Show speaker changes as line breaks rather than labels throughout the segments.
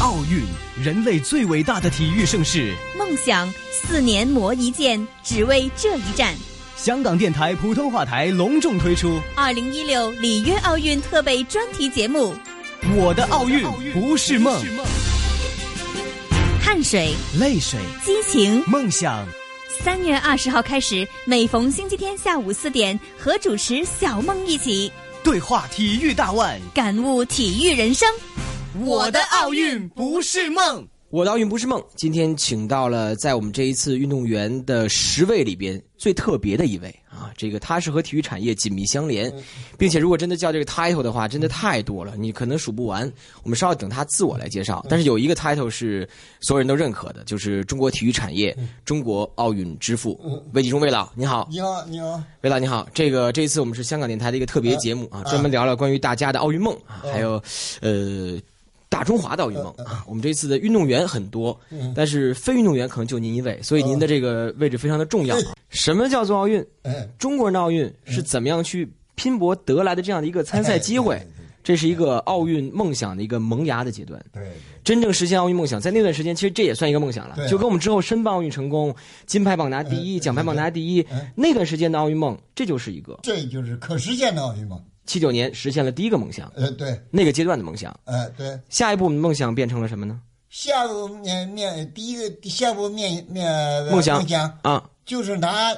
奥运，人类最伟大的体育盛事。
梦想四年磨一剑，只为这一战。
香港电台普通话台隆重推出
二零一六里约奥运特备专题节目
《我的奥运不是梦》，
汗水、
泪水、
激情、
梦想。
三月二十号开始，每逢星期天下午四点，和主持小梦一起
对话体育大腕，
感悟体育人生。
我的奥运不是梦。
我的奥运不是梦，今天请到了在我们这一次运动员的十位里边最特别的一位啊，这个他是和体育产业紧密相连，并且如果真的叫这个 title 的话，真的太多了，你可能数不完。我们稍后等他自我来介绍，但是有一个 title 是所有人都认可的，就是中国体育产业、中国奥运之父魏继忠魏老，你好，
你好，你好，
魏老你好，这个这一次我们是香港电台的一个特别节目啊，专门聊聊关于大家的奥运梦
哦
啊，还有呃大中华的奥运梦啊。我们这次的运动员很多，
嗯
但是非运动员可能就您一位，所以您
哦
的这个位置非常的重要 啊。什么叫做奥运？
哎，
中国人的奥运是怎么样去拼搏得来的这样的一个参赛机会
哎？
这是一个奥运梦想的一个萌芽的阶段。
对，
真正实现奥运梦想，在那段时间，其实这也算一个梦想
对
了。
啊
就跟我们之后申办奥运成功，金牌榜拿第一，
嗯
奖牌榜拿第一
嗯嗯，
那段时间的奥运梦，这就是一个
这就是可实现的奥运梦。
七九年实现了第一个梦想，
呃，对，
那个阶段的梦想。
呃，对，
下一步我们的梦想变成了什么呢？
下步面面第一个下步面面
梦想
呃梦想
啊，
就是拿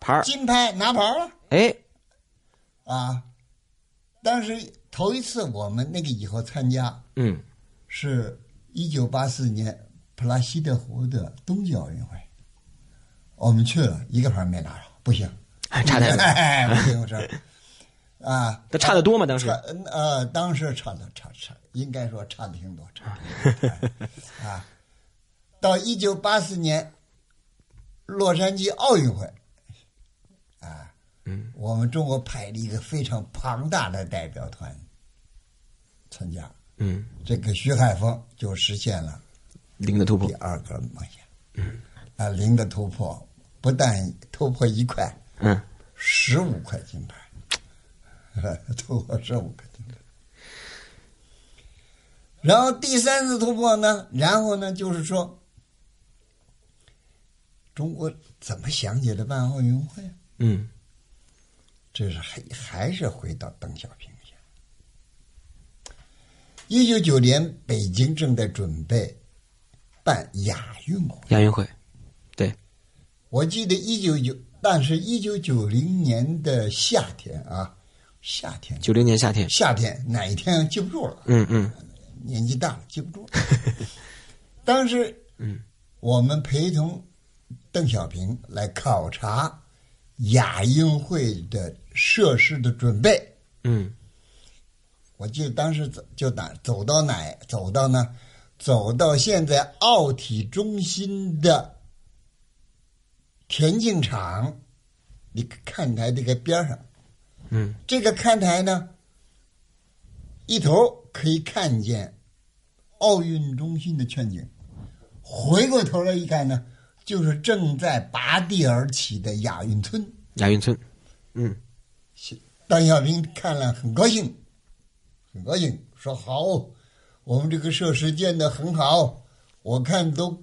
牌儿，
金牌拿牌儿
哎，
啊。当时头一次我们那个以后参加
嗯，
是一九八四年普拉西德湖的冬季奥运会，我们去了一个牌儿没拿着，不行，
哎差太多，
哎，不行，我说啊，
那差得多吗？当时
差呃，当时差的差差，应该说差的挺多，差的挺多哎啊。到一九八四年洛杉矶奥运会，啊，嗯，我们中国派了一个非常庞大的代表团参加，
嗯，
这个徐海峰就实现了
零的突破
第，二个梦想，啊，零的突破，不但突破一块，
嗯，
十五块金牌， 突破十五块金牌。然后第三次突破呢，然后呢就是说，中国怎么想起来办奥运会啊？
嗯，
这是还还是回到邓小平先生。一九九年，北京正在准备办亚运会。
亚运会，对，
我记得一九九，但是一九九零年的夏天啊，夏天
九零年夏天，
夏天哪一天啊记不住了，
嗯嗯，
年纪大了记不住 了。当时，嗯，我们陪同邓小平来考察亚运会的设施的准备。
嗯，
我记得当时走就哪走到哪走到呢，走到现在奥体中心的田径场，你看台这个边儿上，
嗯，
这个看台呢，一头可以看见奥运中心的全景，回过头来一看呢，就是正在拔地而起的亚运村。
亚运村，嗯，
邓小平看了很高兴，很高兴，说好，哦我们这个设施建得很好，我看都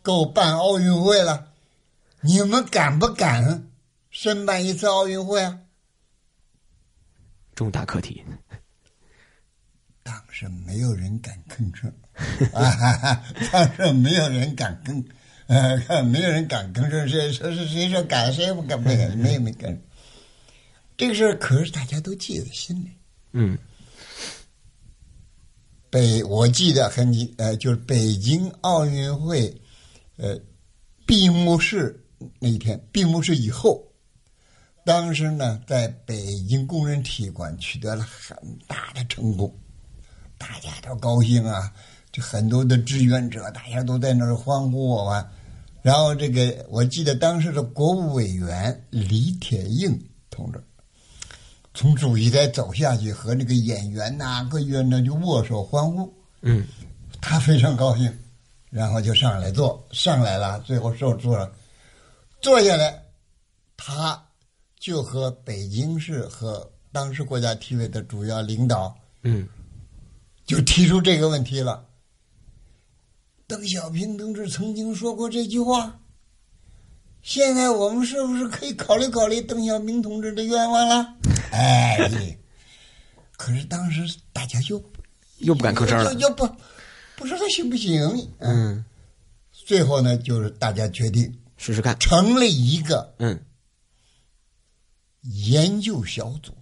够办奥运会了，你们敢不敢申办一次奥运会啊？
重大课题，
当时没有人敢吭声， 啊，当时没有人敢吭，呃，没有人敢吭声，谁谁谁谁说敢，谁不敢，没敢，没有没敢。这个事儿可是大家都记在心里。
嗯
北，我记得很清呃，就是北京奥运会，呃，闭幕式那一天，闭幕式以后，当时呢，在北京工人体育馆取得了很大的成功，大家都高兴啊，这很多的志愿者，大家都在那儿欢呼我啊。然后这个，我记得当时的国务委员李铁映同志，从主席台走下去，和那个演员呐、各院长就握手欢呼，
嗯，
他非常高兴，然后就上来坐，上来了，最后坐坐了，坐下来，他就和北京市和当时国家体委的主要领导
嗯
就提出这个问题了，邓小平同志曾经说过这句话。现在我们是不是可以考虑考虑邓小平同志的愿 望了？哎，对。可是当时大家又
又不敢吭声了
又。又不不知道行不行。
嗯，
最后呢，就是大家决定
试试看。
成立一个
嗯
研究小组，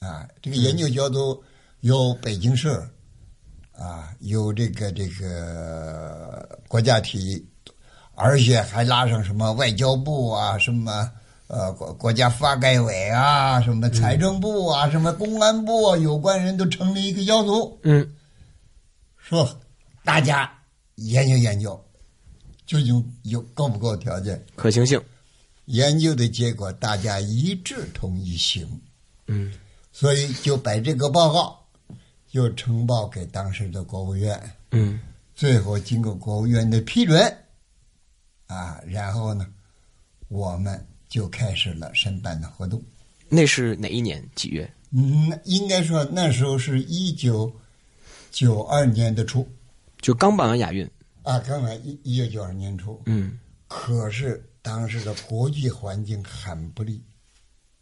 啊，这个研究小组有北京市，啊，有这个这个国家体，而且还拉上什么外交部啊，什么呃国国家发改委啊，什么财政部啊，什么公安部啊，有关人都成立一个小组，
嗯，
说大家研究研究，究竟有够不够条件？
可行性。
研究的结果大家一致同意行，
嗯，
所以就把这个报告又呈报给当时的国务院，
嗯
最后经过国务院的批准，啊，然后呢，我们就开始了申办的活动。
那是哪一年几月？
嗯，应该说那时候是一九九二年的初
就刚办完亚运。
啊，刚才一一九九二年初，
嗯
可是当时的国际环境很不利，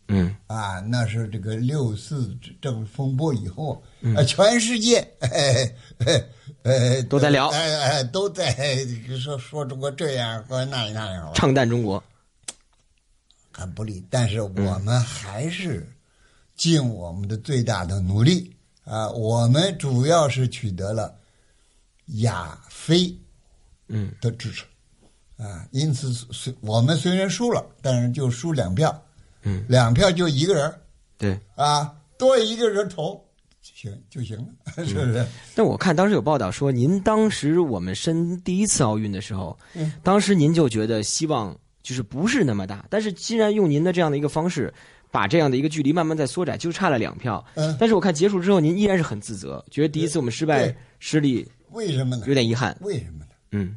嗯
啊，那是这个六四政风波以后，
嗯
啊，全世界，哎哎哎，
都在聊
哎哎，都在说说中国这样和那那样了，
唱淡中国。
很不利。但是
嗯
我们还是尽我们的最大的努力啊，我们主要是取得了亚非
嗯
的支持啊，因此虽我们虽然输了，但是就输两票，
嗯，
两票就一个人儿。
对。
啊，多一个人投行就行了，
嗯
是不是？
但我看当时有报道说，您当时我们申第一次奥运的时候，
嗯
当时您就觉得希望就是不是那么大，但是既然用您的这样的一个方式，把这样的一个距离慢慢在缩窄，就差了两票。
嗯
但是我看结束之后，您依然是很自责，觉得第一次我们失败
对
失利
为什么呢
有？点遗憾。
为什么呢？
嗯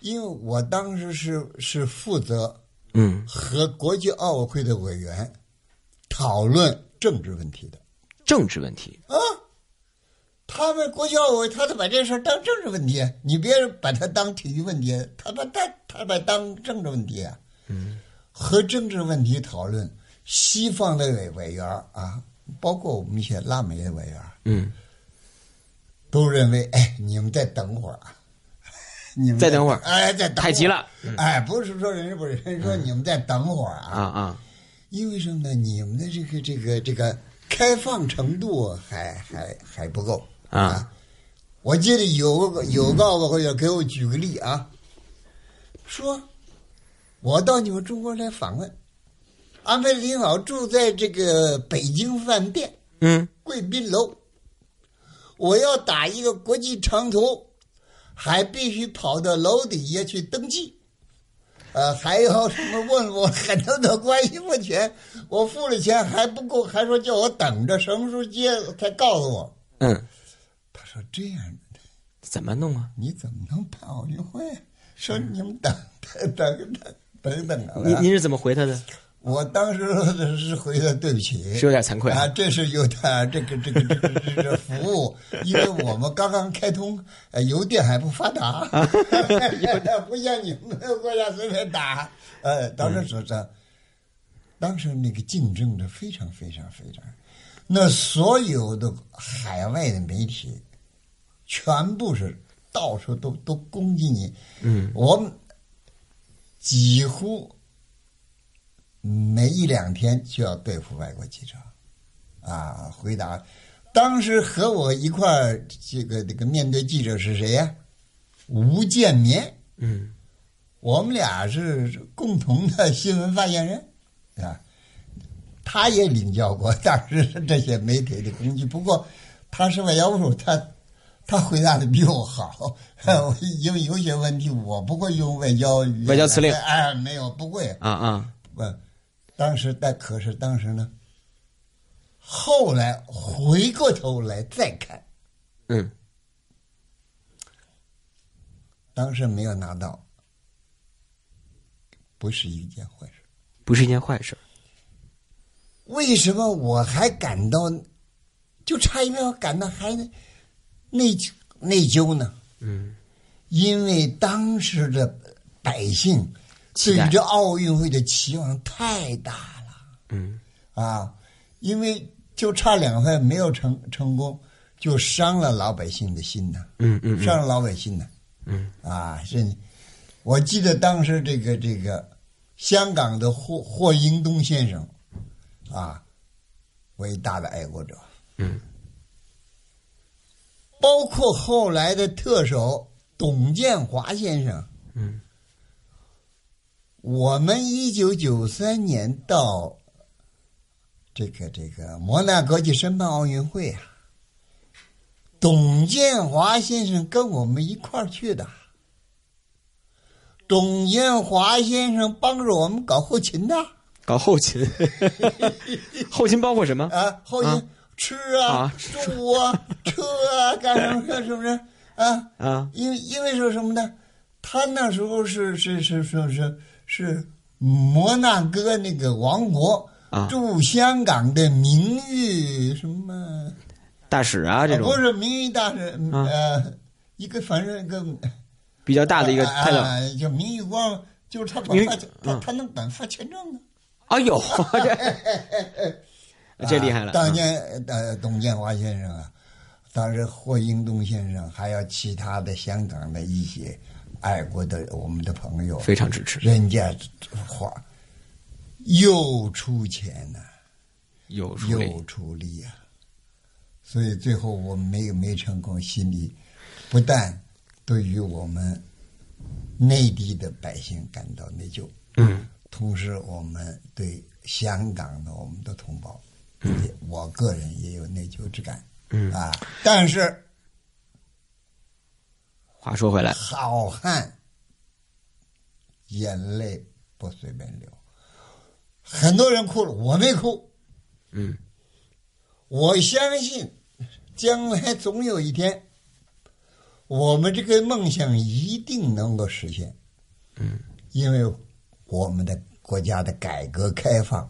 因为我当时是是负责
嗯，
和国际奥委会的委员讨论政治问题的，
政治问题。
他们国际奥委会他都把这事儿当政治问题，啊你别把它当体育问题，啊他把他他把当政治问题啊。嗯，和政治问题讨论，西方的委委员儿啊，包括我们一些拉美的委员儿，
嗯，
都认为，哎，你们再等会儿啊， 你们
再等会儿
哎，再等会儿
太急了，嗯
哎，不是说人家不是人家说你们再等会儿
啊
啊，
啊，
因为什么呢？你们的这个这个这个开放程度还还还不够
啊
我记得有个有个奥委会给我举个例啊，说我到你们中国来访问，安排领导住在这个北京饭店，
嗯
贵宾楼，我要打一个国际长途，还必须跑到楼底下去登记。呃，还有什么问我很多的关系问钱，我付了钱还不够，还说叫我等着，什么时候接才告诉我。
嗯，
他说这样的
怎么弄啊？
你怎么能办奥运会？说你们等等等等等等啊！
您您是怎么回他的？
我当时是回答对不起，
是有点惭愧
啊，这是有点这个这个这个这个服务，因为我们刚刚开通，呃，邮电还不发 达，不像你们那个国家随便打。呃，当
嗯
时说这，当时那个竞争的非常非常非常，那所有的海外的媒体，全部是到处都都攻击你，嗯，我们几乎每一两天就要对付外国记者，啊，回答。当时和我一块儿这个这个面对记者是谁呀、吴建民，
嗯，
我们俩是共同的新闻发言人，啊，他也领教过当时这些媒体的攻击，不过他是外交部，他他回答的比我好， 因为有些问题我不会用外交语言
嗯外交辞令
来哎，没有不会，
啊啊，
不，当时但可是当时呢，后来回过头来再看，
嗯
当时没有拿到，不是一件坏事。
不是一件坏事儿。
为什么我还感到就差一票感到还内内疚呢？
嗯
因为当时的百姓对
期待
于这奥运会的期望太大了。嗯，啊，因为就差两块没有成成功，就伤了老百姓的心呐。
嗯嗯
伤了老百姓呐。嗯，啊，是，我记得当时这个这个香港的霍霍英东先生，啊，伟大的爱国者。
嗯，
包括后来的特首董建华先生。
嗯，
我们一九九三年到这个这个摩纳哥去申办奥运会啊，董建华先生跟我们一块儿去的。董建华先生帮着我们搞后勤的
搞后勤， 后勤包括什么？
啊，后勤、
啊
吃啊
啊、
住啊、车啊，干什么是不是啊？
啊，
因为因为说什么呢？他那时候是是是是是是摩纳哥那个王国
啊
驻香港的名誉什么？
大使啊，这种
不是名誉大使，
啊
呃，一个反正一个
比较大的一个
啊
太太
啊叫名誉官，就是他管
名誉
发他
嗯
他能管发签证呢。啊
哎 呦，这这厉害了！
啊
嗯
当年呃，董建华先生啊，当时霍英东先生，啊还有其他的香港的一些爱国的我们的朋友
嗯，非常支持，
人家花又出钱呐、
有出力
又出力呀、所以最后我没有没成功，心里不但对于我们内地的百姓感到内疚，
嗯，
同时我们对香港的我们的同胞，也我个人也有内疚之感，
嗯
啊，但是
话说回来，
好汉眼泪不随便流，很多人哭了，我没哭。
嗯，
我相信将来总有一天，我们这个梦想一定能够实现。嗯，因为我们的国家的改革开放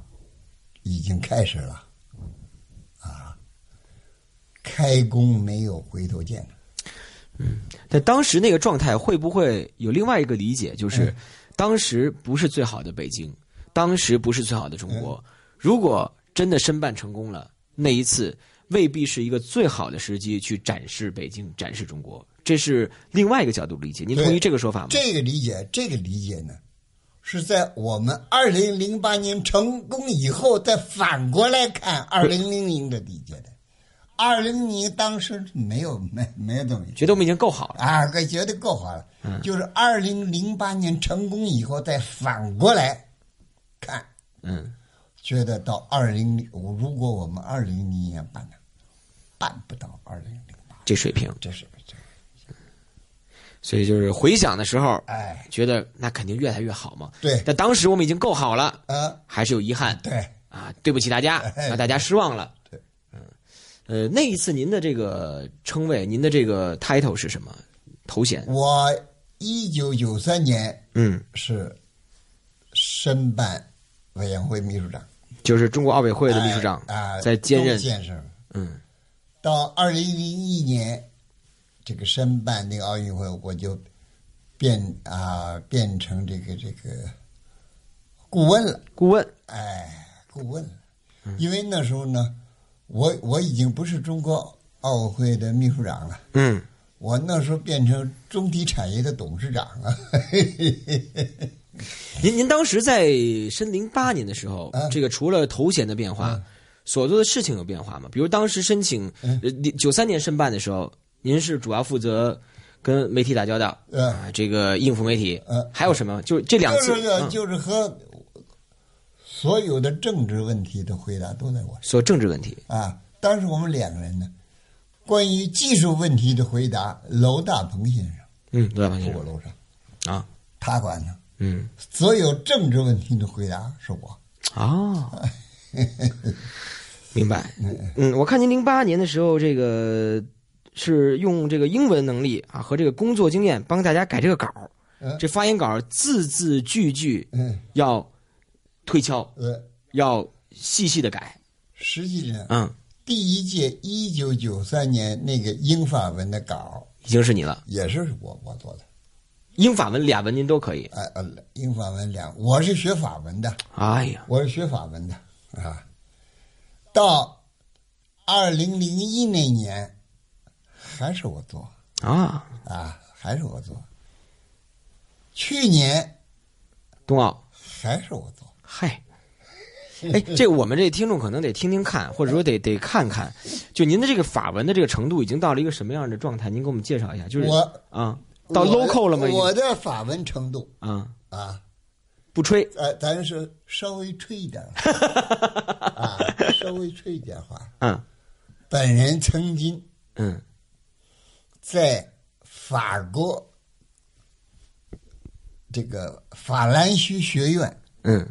已经开始了，啊，啊开弓没有回头箭。
但当时那个状态会不会有另外一个理解，
嗯
就是当时不是最好的北京，当时不是最好的中国。
嗯
如果真的申办成功了，那一次未必是一个最好的时机去展示北京、展示中国。这是另外一个角度理解，您
对
同意这个说法吗？
这个理解，这个理解呢，是在我们二零零八年成功以后，再反过来看二零零零的理解的。二零零当时没有没没有这么一
觉得我们已经够好了。
啊，我觉得够好了。
嗯
就是二零零八年成功以后，再反过来看，
嗯，
觉得到二零零，如果我们二零零年办的，办不到二零零八，
这水平，
这是这是
所以就是回想的时候，
哎，
觉得那肯定越来越好嘛。
对
但当时我们已经够好了，
啊，
还是有遗憾。
对。
啊，对不起大家，啊
哎
让大家失望了。
对，
嗯，呃，那一次您的这个称谓，您的这个 title 是什么？头衔？
我一九九三年
嗯，
是申办委员会秘书长，
就是中国奥委会的秘书长
哎啊，
在兼任
周。先生。
嗯
到二零零一年，这个申办那个奥运会，我就变啊、变成这个这个顾问了，
顾问。
哎，顾问了。
嗯
因为那时候呢，我我已经不是中国奥委会的秘书长了。
嗯，
我那时候变成中体产业的董事长了，
您您当时在申零八年的时候，
嗯
这个除了头衔的变化，所做的事情有变化吗？比如当时申请
嗯
呃九三年申办的时候，您是主要负责跟媒体打交道，
嗯
啊，这个应付媒体
嗯，
还有什么？就这两次
就是个
嗯
就是和所有的政治问题的回答都在我
所有政治问题。
啊。当时我们两个人呢，关于技术问题的回答，娄大鹏先生
嗯，罗大鹏先
住我
生
楼上，
啊，
他管呢。
嗯，
所有政治问题的回答是我。
哦，明白。嗯，我看您零八年的时候，这个是用这个英文能力啊和这个工作经验帮大家改这个稿儿
嗯，
这发言稿儿字字句句
嗯
要推敲，
呃，
要细细的改。
实际上
嗯，
第一届一九九三年那个英法文的稿，
已经是你了。
也是我我做的。
英法文俩文您都可以。
哎呃，英法文两，我是学法文的，
哎呀，
我是学法文的啊。到二零零一那年，还是我做
啊，
啊，还是我做。去年
冬奥，
还是我做，
嗨。哎，这我们这听众可能得听听看，或者说得得看看，就您的这个法文的这个程度已经到了一个什么样的状态？您给我们介绍一下，就是
我
啊，到
我的
local 了吗？已经
我的法文程度
啊，
啊，
不吹
咱咱是稍微吹一点儿 啊，稍微吹一点儿话。
啊，
本人曾经
嗯
在法国这个法兰西学院
嗯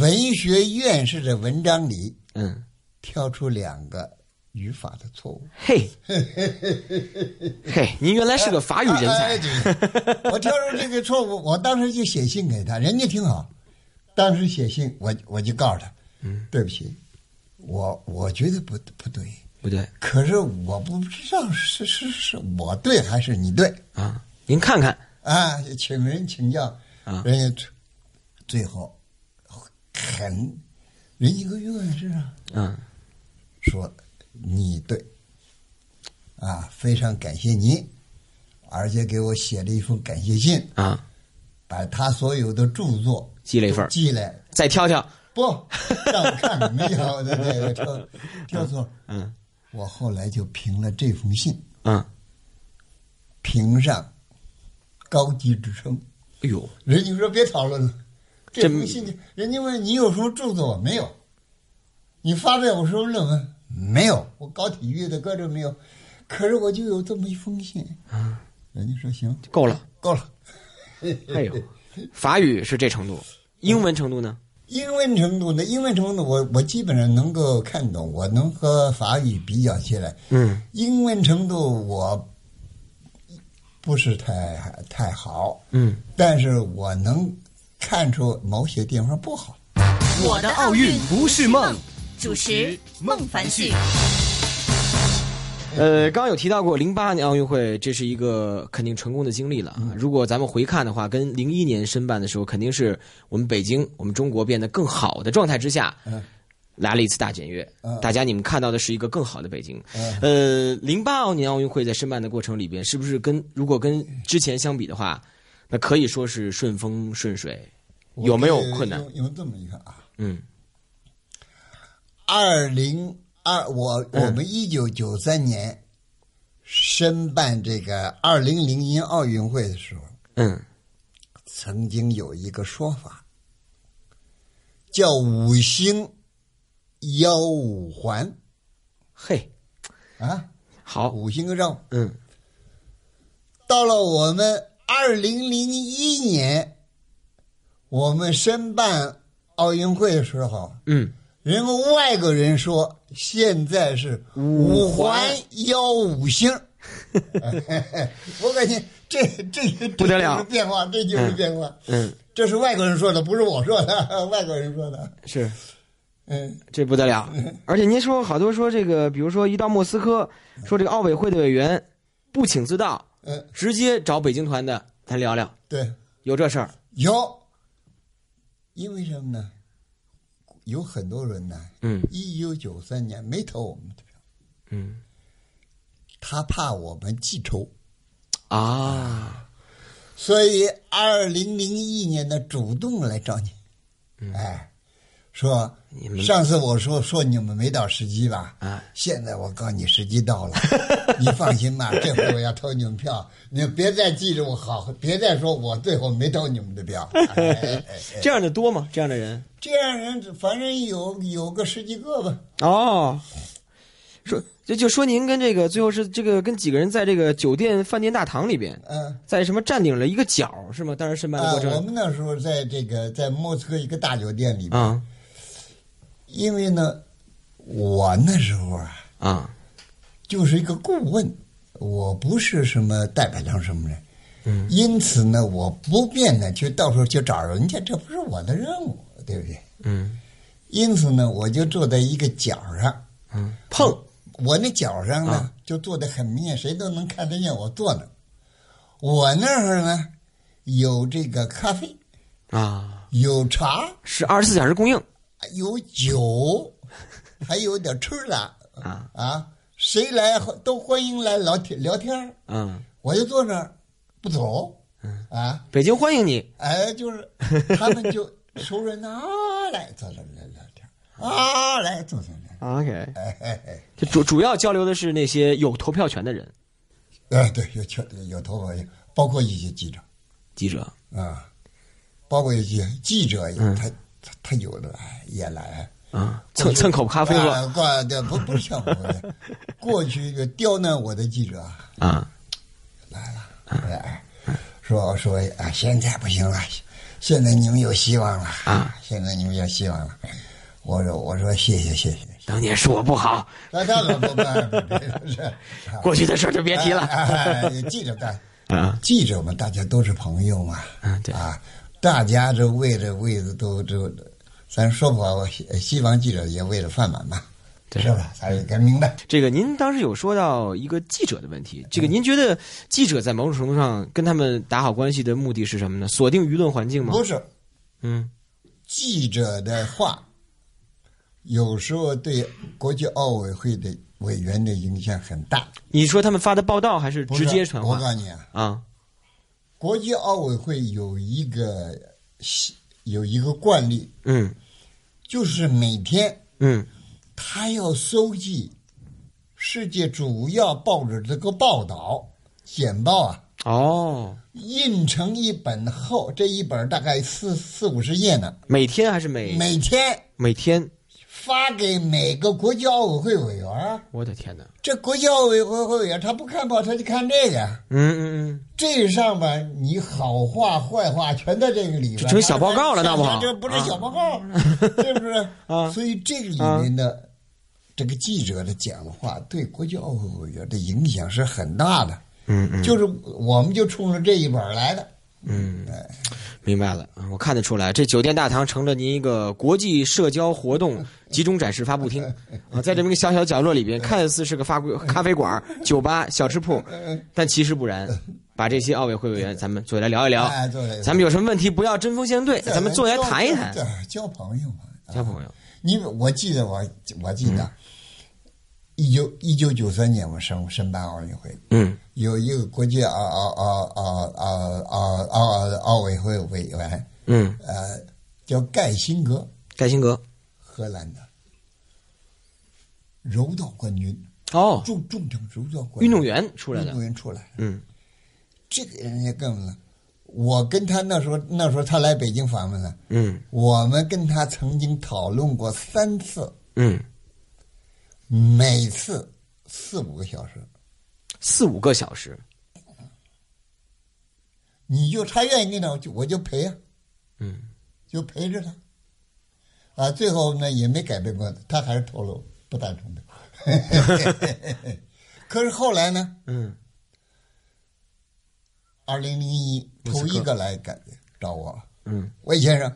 文学院士的文章里
嗯，
挑出两个语法的错误。
嘿，嘿，您原来是个法语人
哎
才
哎，对我挑出这个错误， 我当时就写信给他，人家挺好。当时写信，我我就告诉他，嗯，对不起，我我觉得不不对，
不对
可是我不知道是是是我对还是你对
啊，您看看
啊，请人请教
啊
人家最后很，人家个院士啊
嗯，
说你对，啊，非常感谢您，而且给我写了一封感谢信，
啊，
把他所有的著作
寄了一份儿
都寄来
再挑挑，
不让我看了没有的那个挑挑错，
嗯
我后来就凭了这封信
嗯，
评上高级之称。
哎呦，
人家说别讨论了，这
这
封信里，人家问你有什么著作没有？你发表过什么论文没有？我搞体育的各种没有，可是我就有这么一封信。人家说行，
够了，
够了。
哎呦，法语是这程度，英文程度呢？
英文程度呢？英文程度我我基本上能够看懂，我能和法语比较起来。
嗯，
英文程度我不是太太好，
嗯，
但是我能看出某些地方不好。
我的
奥运不是梦，
主持孟凡旭。
呃，刚刚有提到过零八年奥运会，这是一个肯定成功的经历了啊。
嗯
如果咱们回看的话，跟零一年申办的时候，肯定是我们北京、我们中国变得更好的状态之下，
嗯
来了一次大检阅
嗯。
大家你们看到的是一个更好的北京。呃，零八奥年奥运会在申办的过程里边，是不是跟如果跟之前相比的话，那可以说是顺风顺水？有没有困难
我？有有这么一个啊，
嗯
二零二，我
嗯
我们一九九三年申办这个二零零一奥运会的时候，
嗯
曾经有一个说法，叫“五星邀五环
嘿，”
啊，
好，
五星个绕。
嗯
到了我们二零零一年，我们申办奥运会的时候，
嗯，
人家外国人说现在是五环邀五 星儿，我感觉这这个
不得了
这就是变化，这就是变化。
嗯，
这是外国人说的，不是我说的， 外国人说的。
是。
嗯，
这不得了。而且您说好多说这个，比如说一到莫斯科，说这个奥委会的委员不请自到，
嗯
直接找北京团的咱聊聊，
对，
有这事儿。
有，因为什么呢？有很多人呢，
嗯
一九九三年没投我们的票，
嗯
他怕我们记仇，
啊，
所以二零零一年呢，主动来找你，哎，说
嗯你们
上次我说说你们没到时机吧？
啊，
现在我告诉你时机到了， 你放心吧，这回我要投你们票，你别再记着我好，别再说我最后没投你们的票。哎哎哎哎
这样的多吗？这样的人
这样人反正有有个十几个吧，
哦，说就就说您跟这个最后是这个跟几个人在这个酒店饭店大堂里边，
嗯、
在什么占领了一个角是吗？当时申办的
啊
过，
我
程
们那时候在这个在莫斯科一个大酒店里边，
啊
因为呢，我那时候啊
啊
就是一个顾问，我不是什么代表性什么人，嗯，因此呢，我不便呢去到处去找人家，这不是我的任务，对不对？
嗯
因此呢，我就坐在一个角上，
嗯，碰
我那脚上呢、
啊
就坐得很明显，谁都能看得见我坐那儿。我那儿呢有这个咖啡，
啊，
有茶，
是二十四小时供应
有酒，还有点吃的
啊
啊，谁来都欢迎来聊天聊天儿。
嗯，
我就坐那儿不走，啊，
北京欢迎你
哎，就是他们就熟人啊，来坐这儿聊聊天儿啊，来坐这儿聊天儿。
，OK，
哎哎哎
就主主要交流的是那些有投票权的人，
啊，对，有确有头发，包括一些记者
记者，
啊，包括一些记者也，
嗯
他他他有的来也来，
啊，
哦
蹭蹭口咖啡喝
啊，挂的不不是像我的，过去就刁难我的记者啊
啊，
哎，说说啊，现在不行了，现在你们有希望了
啊，
现在你们有希望了，我说我说谢谢谢谢，
当年是我不好，
那他可不干，不是
过去的事儿就别提了
哎哎记者干。
啊，
记者嘛，大家都是朋友嘛，
嗯对
啊，大家这为了为了都都，咱说不好，西西方记者也为了饭碗嘛，
对
是吧？咱也该明白。
这个您当时有说到一个记者的问
嗯
题，这个您觉得记者在某种程度上跟他们打好关系的目的是什么呢？锁定舆论环境吗？
不是
嗯
记者的话，有时候对国际奥委会的委员的影响很大。
你说他们发的报道还是
不是
直接传
我
话
告诉你啊，
啊？
国际奥委会有一个习有一个惯例，
嗯
就是每天
嗯
他要搜集世界主要报纸这个报道简报啊，
哦，
印成一本厚，这一本大概四四五十页呢，
每天还是每
每天
每天？
发给每个国际奥委会委员。
我的天哪！
这国际奥委会委员他不看报，他就看这个，
嗯嗯嗯，
这上面你好话坏话全在这个里边，
这成小报告了那不好
这不是小 报告，是不是？
啊
所以这个里面的、这个记者的讲话对国际奥委会委员的影响是很大的，
嗯嗯，
就是我们就冲着这一本来的。
明白了啊！我看得出来，这酒店大堂成了您一个国际社交活 动集中展示发布厅啊，在这么一个小小角落里边，看似是个发咖啡 馆、酒吧、小吃铺，但其实不然。把这些奥委会委员，咱们坐下来聊一聊
哎坐下来，
咱们有什么问题不要针锋相对，咱们坐下来谈一谈
哎交，交朋友嘛。
交朋友。
因为我记得我我记
嗯
得一九一九九三年我申申办奥运会，
嗯
有一个国际奥奥奥奥奥奥奥奥委会委员，
嗯，
呃，叫盖辛格，
盖辛格
荷兰的柔道冠军，
哦，
重重量柔道冠军
运动员出来
运
的
动，员出来。
嗯
这个人家更了，我跟他那时候那时候他来北京访问了，
嗯
我们跟他曾经讨论过三次，
嗯，
每次四五个小时，
四五个小时，
你就他愿意跟着我就我就陪啊。
嗯
就陪着他，啊，最后呢也没改变过，他还是透露不赞成的。 可是后来呢，
嗯，
二零零一头一个来改找我了，
嗯，
魏先生，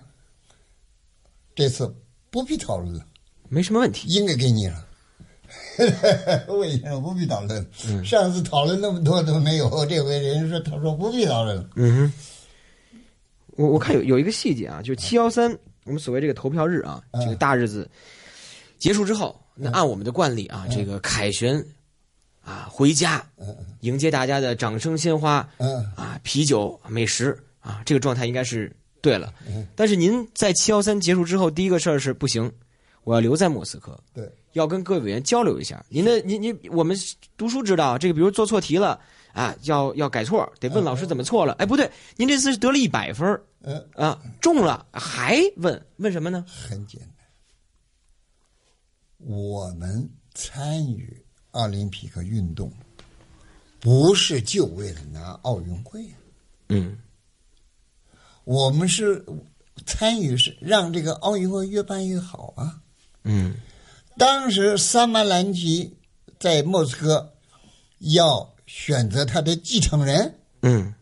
这次不必讨论了，
没什么问题。
应该给你了。 魏先生不必讨论了，
嗯
上次讨论那么多都没有，这回人家说他说不必讨论了，
嗯哼，我我看有有一个细节啊，就是七幺三，我们所谓这个投票日啊，这个大日子结束之后，那按我们的惯例啊，这个凯旋啊回家，迎接大家的掌声、鲜花
嗯，
啊、啤酒、美食啊，这个状态应该是对了。但是您在七幺三结束之后，第一个事儿是不行，我要留在莫斯科。
对。
要跟各位委员交流一下。您的您您，我们读书知道这个，比如做错题了啊，要要改错，得问老师怎么错了。哎，不对，您这次是得了一百分儿
嗯，
啊，中了还问问什么呢？
很简单，我们参与奥林匹克运动，不是就为了拿奥运会啊，
嗯
我们是参与是让这个奥运会越办越好啊。
嗯
当时萨马兰奇在莫斯科要选择他的继承人，
嗯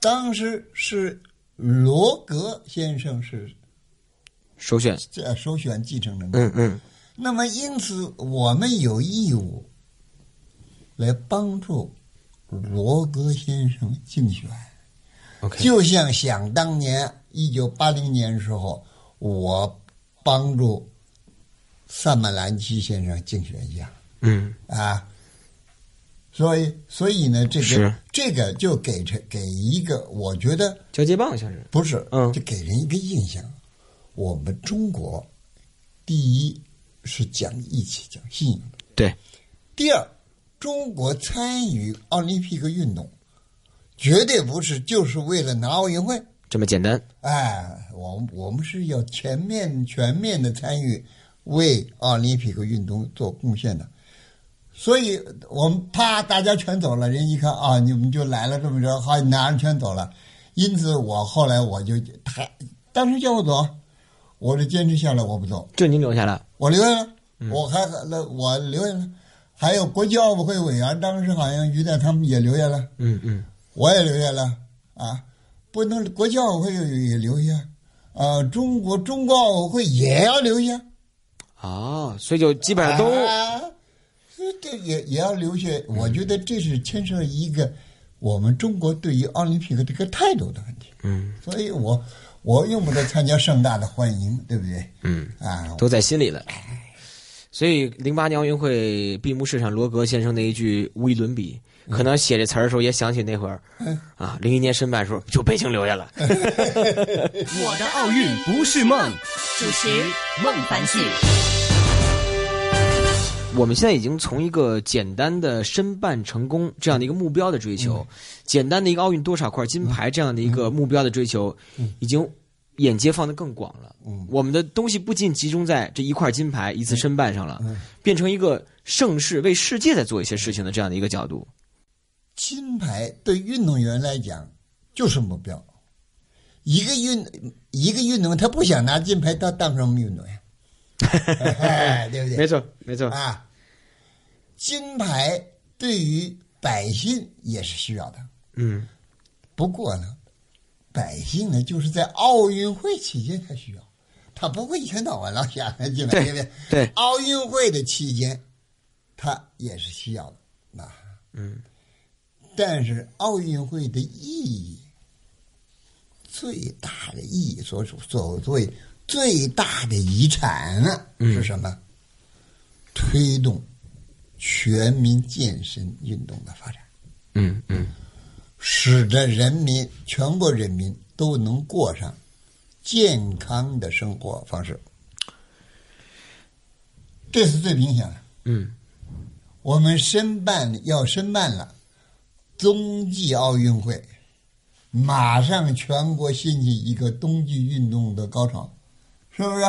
当时是罗格先生是呃
首选，
这首选继承人，
嗯嗯
那么，因此我们有义务来帮助罗格先生竞选。
OK，
就像想当年一九八零年时候，我帮助萨马兰奇先生竞选一样
嗯
啊。所以，所以呢，这
是
个这个就给成给一个，我觉得
交接棒像是
不是，
嗯
就给人一个印象，我们中国第一是讲义气、讲信仰的，
对
第二，中国参与奥林匹克运动，绝对不是就是为了拿奥运会。
这么简单。
哎，我们我们是要全面全面的参与，为奥林匹克运动做贡献的。所以我们啪，大家全走了，人一看啊，你们就来了这么着，好，拿着全走了。因此，我后来我就他当时叫我走，我就坚持下来，我不走，
就您留下来，
我留下来，
嗯
我还那我留下来。还有国际奥委会委员，当时好像于旦他们也留下来，
嗯嗯，
我也留下了啊，不能国际奥委会也也留下，啊，中国中国奥委会也要留下，
啊，所以就基本上都
啊，这这也也要留下。我觉得这是牵涉一个我们中国对于奥林匹克这个态度的问题。
嗯，
所以我我用不着参加盛大的欢迎，对不对？
嗯
啊，
都在心里了。所以零八年奥运会闭幕式上，罗格先生那一句无与伦比，
嗯
可能写这词儿的时候也想起那会儿啊，零一年申办时候就北京留下了。
嗯
我的奥运不是梦。
主持孟凡旭。
我们现在已经从一个简单的申办成功这样的一个目标的追求，
嗯
简单的一个奥运多少块金牌这样的一个目标的追求，已经眼界放得更广了。
嗯
我们的东西不仅集中在这一块金牌一次申办上了，
嗯
变成一个盛世为世界在做一些事情的这样的一个角度。
金牌对运动员来讲就是目标。一个运一个运动员，他不想拿金牌，他当什么 运动员？哎对不对？
错，没错
啊，金牌对于百姓也是需要的。
嗯，
不过呢，百姓呢就是在奥运会期间才需要，他不会一天到晚老想着金牌，
对
对不对？
对
奥运会的期间，他也是需要的啊。嗯，但是奥运会的意义，最大的意义，所所谓最大的遗产啊是什么？推动全民健身运动的发展。
嗯嗯，
使得人民全国人民都能过上健康的生活方式，这是最明显的。
嗯，
我们申办要申办了冬季奥运会，马上全国掀起一个冬季运动的高潮，是不是？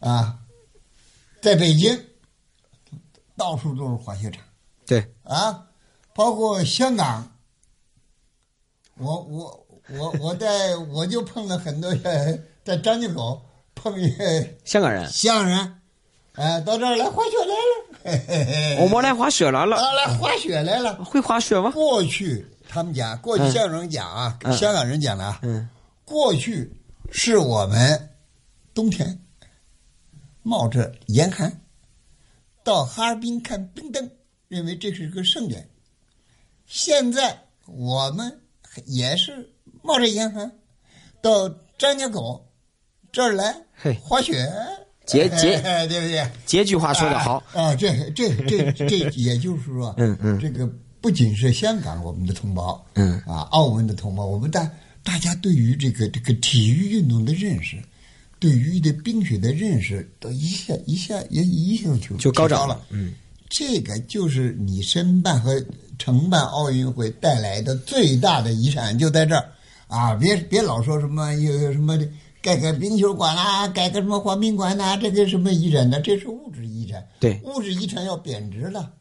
啊，在北京到处都是滑雪场。
对，
啊，包括香港，我我我我在我就碰了很多人，在张家口碰一个
香港人，
香港人，啊，到这儿来滑雪来了，嘿嘿
我
嘿，
们来滑雪来了，
啊，来滑雪来了。
会滑雪吗？
过去他们讲，过去香港人讲啊，
嗯
香港人讲的啊，
嗯，
过去是我们冬天冒着严寒到哈尔滨看冰灯，认为这是个盛典。现在我们也是冒着严寒到张家口这儿来
嘿
滑雪，
节节
哎 对不对？
结句话说得好，
啊，这这 这这，也就是说，
嗯嗯
这个不仅是香港我们的同胞，
嗯
啊，澳门的同胞，我们大大家对于这个这个体育运动的认识，对于的冰雪的认识，都一下一下也一下就
就高涨
涨
了嗯，
这个就是你申办和承办奥运会带来的最大的遗产，就在这儿啊！别别老说什么有有什么的，盖个冰球馆啦、盖个什么滑冰馆啦、这个什么遗产呢？这是物质遗产，
对
物质遗产要贬值的，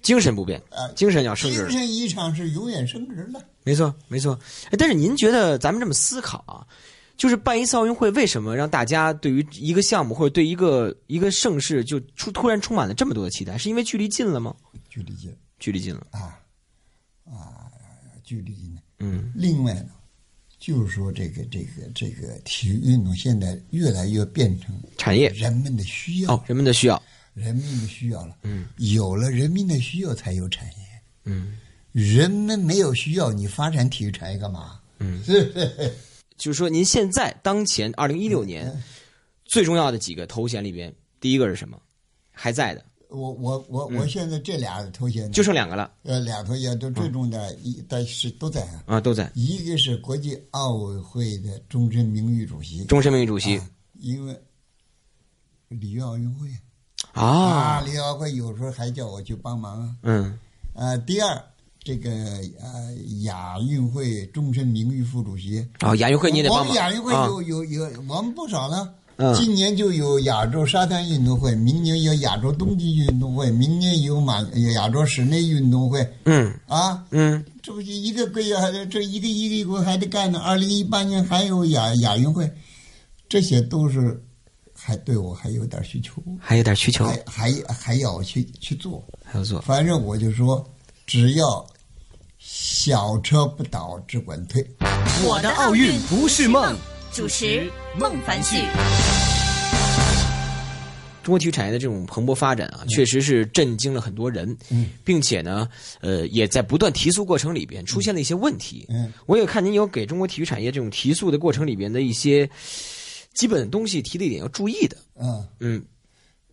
精神不变
呃，
精神啊要升值
精。神遗产是永远升值的。
没错，没错。哎，但是您觉得咱们这么思考啊，就是办一次奥运会，为什么让大家对于一个项目或者对一个一个盛世就出突然充满了这么多的期待？是因为距离近了吗？
距离近
距离近了，
啊啊，距离近呢。
嗯
另外呢，就是说这个这个这个体育运动现在越来越变成
产业
人们的需要，
哦，人们的需要，
人民的需要了。嗯，有了人民的需要，才有产业。
嗯，
人们没有需要，你发展体育产业干嘛？嗯，是不是？
就是说您现在当前二零一
嗯
六年最重要的几个头衔里边，第一个是什么？还在的，
我我我我现在这俩头衔呢
嗯就嗯剩两个了
呃俩头衔都最重的，一但是都在啊。
啊，都在。
一个是国际奥委会的终身名誉主席，
终身名誉主席
啊因为里约奥运会
啊，
里约奥运会有时候还叫我去帮忙啊。
嗯，
呃，第二，这个呃亚运会终身名誉副主席，
哦，亚运会你也得
我
帮
们
忙
亚运会
啊
有有有，我们不少了。
嗯
今年就有亚洲沙滩运动会，明年有亚洲冬季运动会，明年有马亚洲室内运动会
嗯
啊，
嗯，
这不是一个规还得这一个一个一个还得干呢。二零一八年还有亚亚运会，这些都是还对我还有点需求，
还有点需求，
还还还要去去做。
还要做。
反正我就说，只要小车不倒，只管推。
我的奥运不是梦。
主持孟凡旭。
中国体育产业的这种蓬勃发展
嗯
啊，确实是震惊了很多人，并且呢，呃，也在不断提速过程里边出现了一些问题。
嗯，
我也看您有给中国体育产业这种提速的过程里边的一些基本东西提了一点要注意的。
嗯。
嗯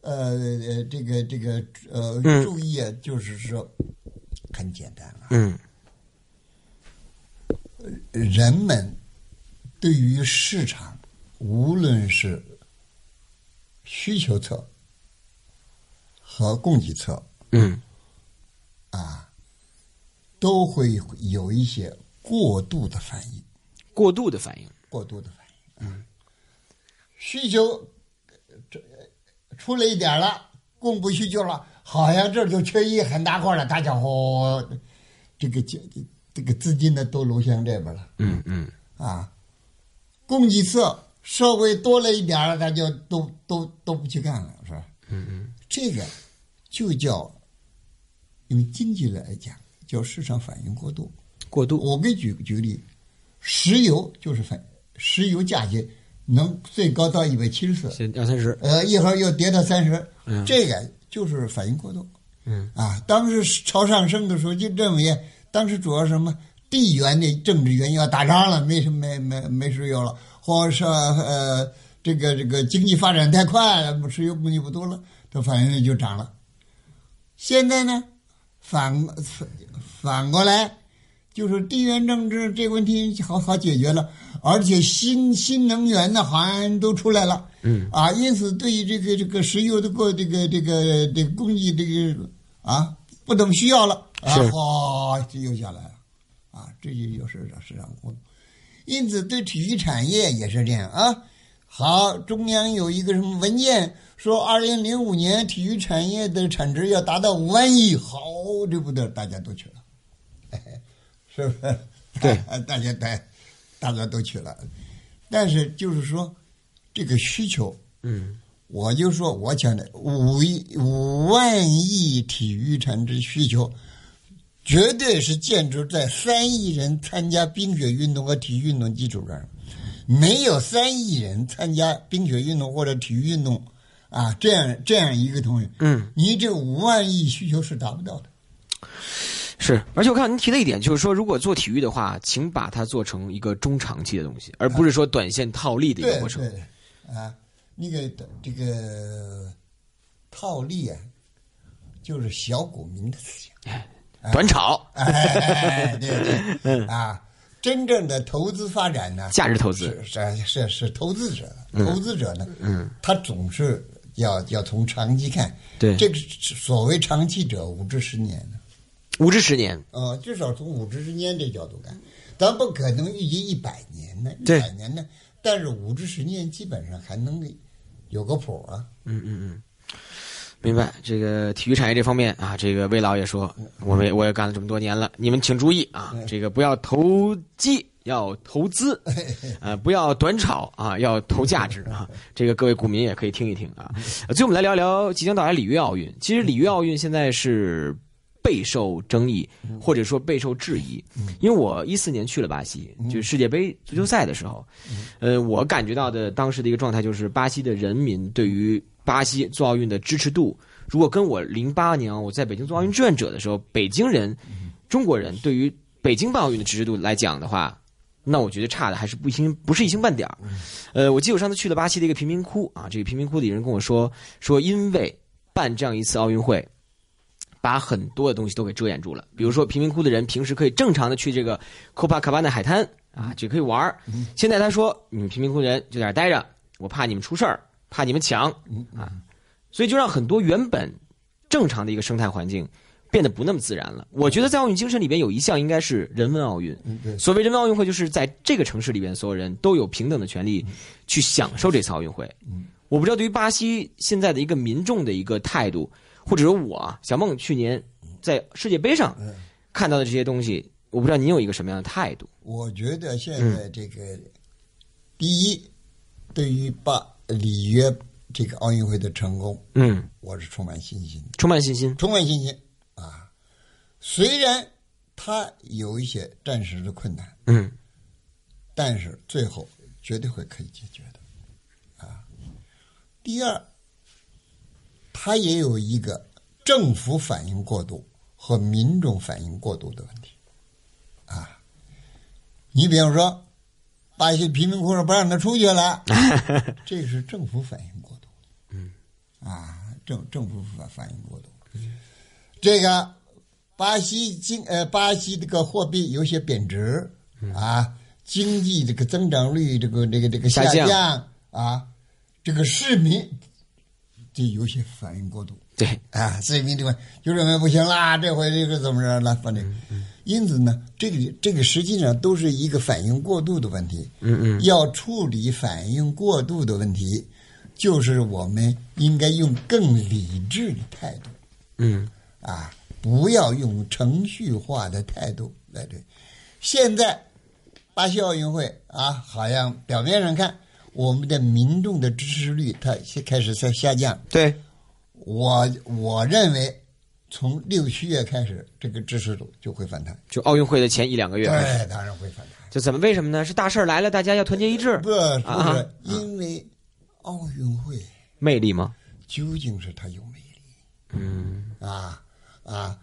呃，呃这个这个呃，
嗯
注意啊，就是说很简单啊了、
嗯
人们对于市场，无论是需求侧和供给侧
嗯
啊，都会有一些过度的反应，
过度的反应，
过度的反应。嗯，需求呃这出了一点儿了，供不需求了，好像这儿就缺一很大块了，大家伙，这个这这个资金呢都流向这边了
嗯嗯
啊。供给侧稍微多了一点儿了，他就都都都不去干了，是吧？嗯嗯，这个就叫用经济来讲叫市场反应过度。
过度，
我给举举个例，石油就是反石油价钱能最高到一百七十四，
先二三十，
呃，一会儿又跌到三十、
嗯
这个就是反应过度。
嗯
啊，当时朝上升的时候就认为，当时主要是什么地缘的政治原因要打仗了，没什么没没没石油了，或者是呃这个这个经济发展太快了，石油供给不多了，它反应率就涨了。现在呢，反反反过来，就是地缘政治这个问题好好解决了，而且新新能源的好像都出来了，嗯啊，因此对于这个这个石油的过这个这个这个供给这个啊不怎么需要了啊
是，
哗这又下来了，啊，这就又市场市场过度，因此对体育产业也是这样啊。好，中央有一个什么文件说，二零零五年体育产业的产值要达到五万亿，好，这不得大家都去了。 是不是？
对，
大家大大家都去了，但是就是说这个需求，
嗯
我就说我讲的五亿五万亿体育产值需求，绝对是建筑在三亿人参加冰雪运动和体育运动基础上，没有三亿人参加冰雪运动或者体育运动啊，这样这样一个东西，
嗯，
你这五万亿需求是达不到的。
是。而且我看到您提了一点，就是说如果做体育的话，请把它做成一个中长期的东西，而不是说短线套利的一
对
个过程。
对啊，那个这个套利啊，就是小股民的思想。
短炒，
哎哎，哎 对对，啊，真正的投资发展呢，
嗯价值投资
是是是是投资者，投资者呢，嗯，他总是要要从长期看，
对
这个所谓长期者五至十年呢，
五至十年，
呃，至少从五至十年这角度看，咱不可能预计一百年呢，一
对
百年呢，但是五至十年基本上还能有个谱啊。
明白，这个体育产业这方面啊，这个魏老也说，我们也我也干了这么多年了，你们请注意啊，这个不要投机，要投资，啊，不要短炒啊，要投价值啊。这个各位股民也可以听一听啊。呃最后我们来聊一聊即将到来里约奥运。其实里约奥运现在是。备受争议，或者说备受质疑。因为我一四年去了巴西，就是世界杯足球赛的时候，呃，我感觉到的当时的一个状态就是，巴西的人民对于巴西做奥运的支持度，如果跟我零八年啊我在北京做奥运志愿者的时候，北京人、中国人对于北京办奥运的支持度来讲的话，那我觉得差的还是不一星不是一星半点儿。呃，我记得我上次去了巴西的一个贫民窟啊，这个贫民窟里人跟我说，说因为办这样一次奥运会，把很多的东西都给遮掩住了。比如说，贫民窟的人平时可以正常的去这个 Copacabana 海滩啊，就可以玩儿现在他说，你们贫民窟人就在这儿待着，我怕你们出事儿，怕你们抢啊，所以就让很多原本正常的一个生态环境。变得不那么自然了。我觉得在奥运精神里边有一项应该是人文奥运。
对
所谓人文奥运会，就是在这个城市里边，所有人都有平等的权利去享受这次奥运会。我不知道对于巴西现在的一个民众的一个态度，或者说我啊小梦去年在世界杯上看到的这些东西，我不知道您有一个什么样的态度。
我觉得现在这个，第一，对于巴里约这个奥运会的成功，
嗯，
我是充满信心的，
充满信心。
充满信心啊！虽然他有一些暂时的困难，
嗯
但是最后绝对会可以解决的，啊。第二，它也有一个政府反应过度和民众反应过度的问题，啊。你比方说，把一些贫民窟人不让他出 去了，这个是政府反应过度，嗯，啊，政政府反反应过度，这个巴西经呃巴西这个货币有些贬值
嗯
啊，经济这个增长率这个这个这个
下
下
降
啊，这个市民就有些反应过度
对，
啊，市民这块就认为不行啦，这回这个怎么着了，反正。因此呢，这个这个实际上都是一个反应过度的问题。嗯嗯，要处理反应过度的问题，就是我们应该用更理智的态度。
嗯
啊，不要用程序化的态度来对。现在巴西奥运会啊，好像表面上看我们的民众的支持率它先开始在下降。
对，
我我认为从六七月开始，这个支持度就会反弹。
就奥运会的前一两个月，
对，当然会反弹。
就怎么为什么呢？是大事儿来了，大家要团结一致，
不是不
啊
是，因为奥运会
魅力吗？
究竟是它有魅力。嗯啊啊，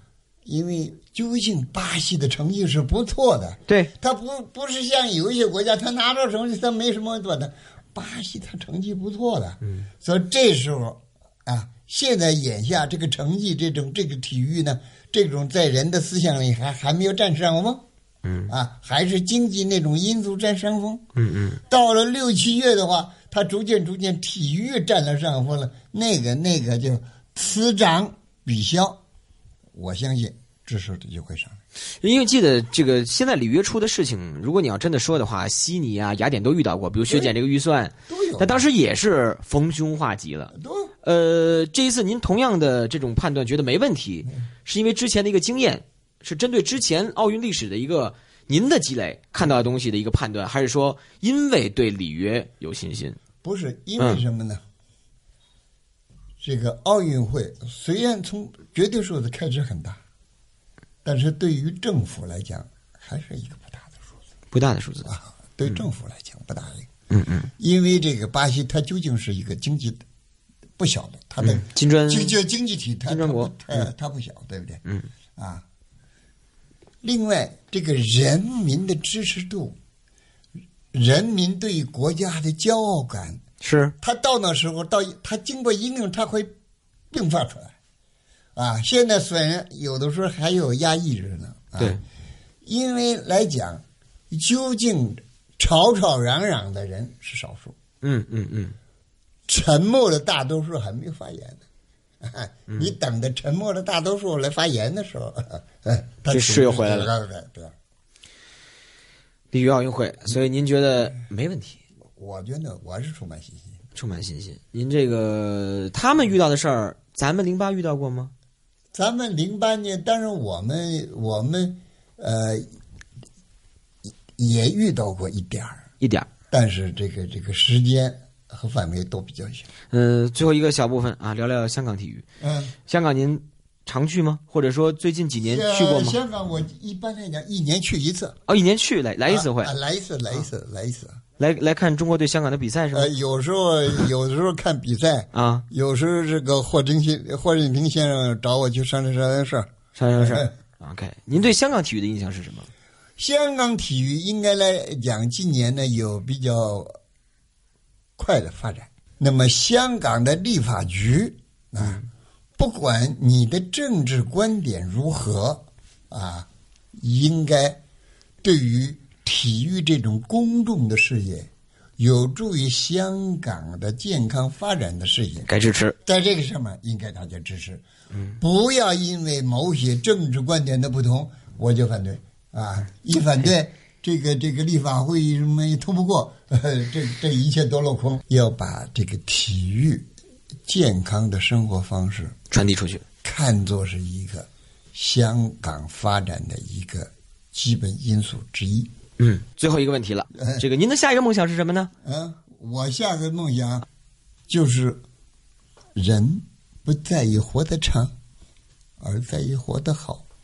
因为究竟巴西的成绩是不错的。
对，
他不不是像有一些国家，他拿到成绩他没什么短的。巴西他成绩不错的，嗯，所以这时候啊，现在眼下这个成绩，这种这个体育呢，这种在人的思想里还还没有占上风，嗯啊，还是经济那种因素占上风，嗯嗯。到了六七月的话，他逐渐逐渐体育占了上风了，那个那个就此涨彼消，我相信这时候就会上来。
因为记得这个现在里约出的事情，如果你要真的说的话，悉尼啊、雅典都遇到过，比如削减这个预算，
都有
那当时也是逢凶化吉了。
都
呃，这一次您同样的这种判断觉得没问题，
嗯
是因为之前的一个经验，是针对之前奥运历史的一个您的积累看到的东西的一个判断，还是说因为对里约有信心？
不是因为什么呢？这个奥运会虽然从绝对数字开支很大，但是对于政府来讲还是一个不大的数字
不大的数字，
啊。对政府来讲不大的，嗯嗯，因为这个巴西它究竟是一个经济不小的，它的
嗯金砖
经济经济体它
金砖国
它不它它不小，对不对？嗯啊。另外，这个人民的支持度，人民对国家的骄傲感，
是
他到那时候到他经过一定，他会并发出来，啊，现在虽然有的时候还有压抑着呢，啊、
对，
因为来讲，究竟吵吵嚷嚷的人是少数，
嗯嗯嗯，
沉默的大多数还没有发言呢。啊
嗯
你等着沉默的大多数来发言的时候， 他
这事又回来了。
对对，对
里约奥运会，所以您觉得没问题？
我觉得我是充满信心。
充满信心。您这个他们遇到的事儿，咱们零八遇到过吗？
咱们零八年，当然我们我们呃也遇到过一点儿，
一点儿。
但是这个这个时间和范围都比较小。
呃嗯、最后一个小部分啊，聊聊香港体育。
嗯，
香港您常去吗？或者说最近几年去过
呃
吗？
香港我一般来讲一年去一次，
哦，一年去来来一次会
啊，，来一次，来啊一次，来一次。
来来看中国对香港的比赛是吗
呃？，有时候有时候看比赛，
啊，
有时候这个霍真先霍震霆先生找我去商量商量事儿。
啥啥啥？OK，您
呃
对香港体育的印象是什么？
香港体育应该来讲，近年呢有比较快的发展。那么，香港的立法局啊，不管你的政治观点如何啊，应该对于体育这种公众的事业，有助于香港的健康发展的事业，
该支持
在这个上面应该大家支持，不要因为某些政治观点的不同我就反对啊！一反对，这个这个立法会议什么也通不过， 呵呵这这一切都落空。要把这个体育健康的生活方式
传递出去。
看作是一个香港发展的一个基本因素之一。
嗯，最后一个问题了，
呃
这个您的下一个梦想是什么呢？
嗯，我下个梦想就是人不在于活得长，而在于活得好。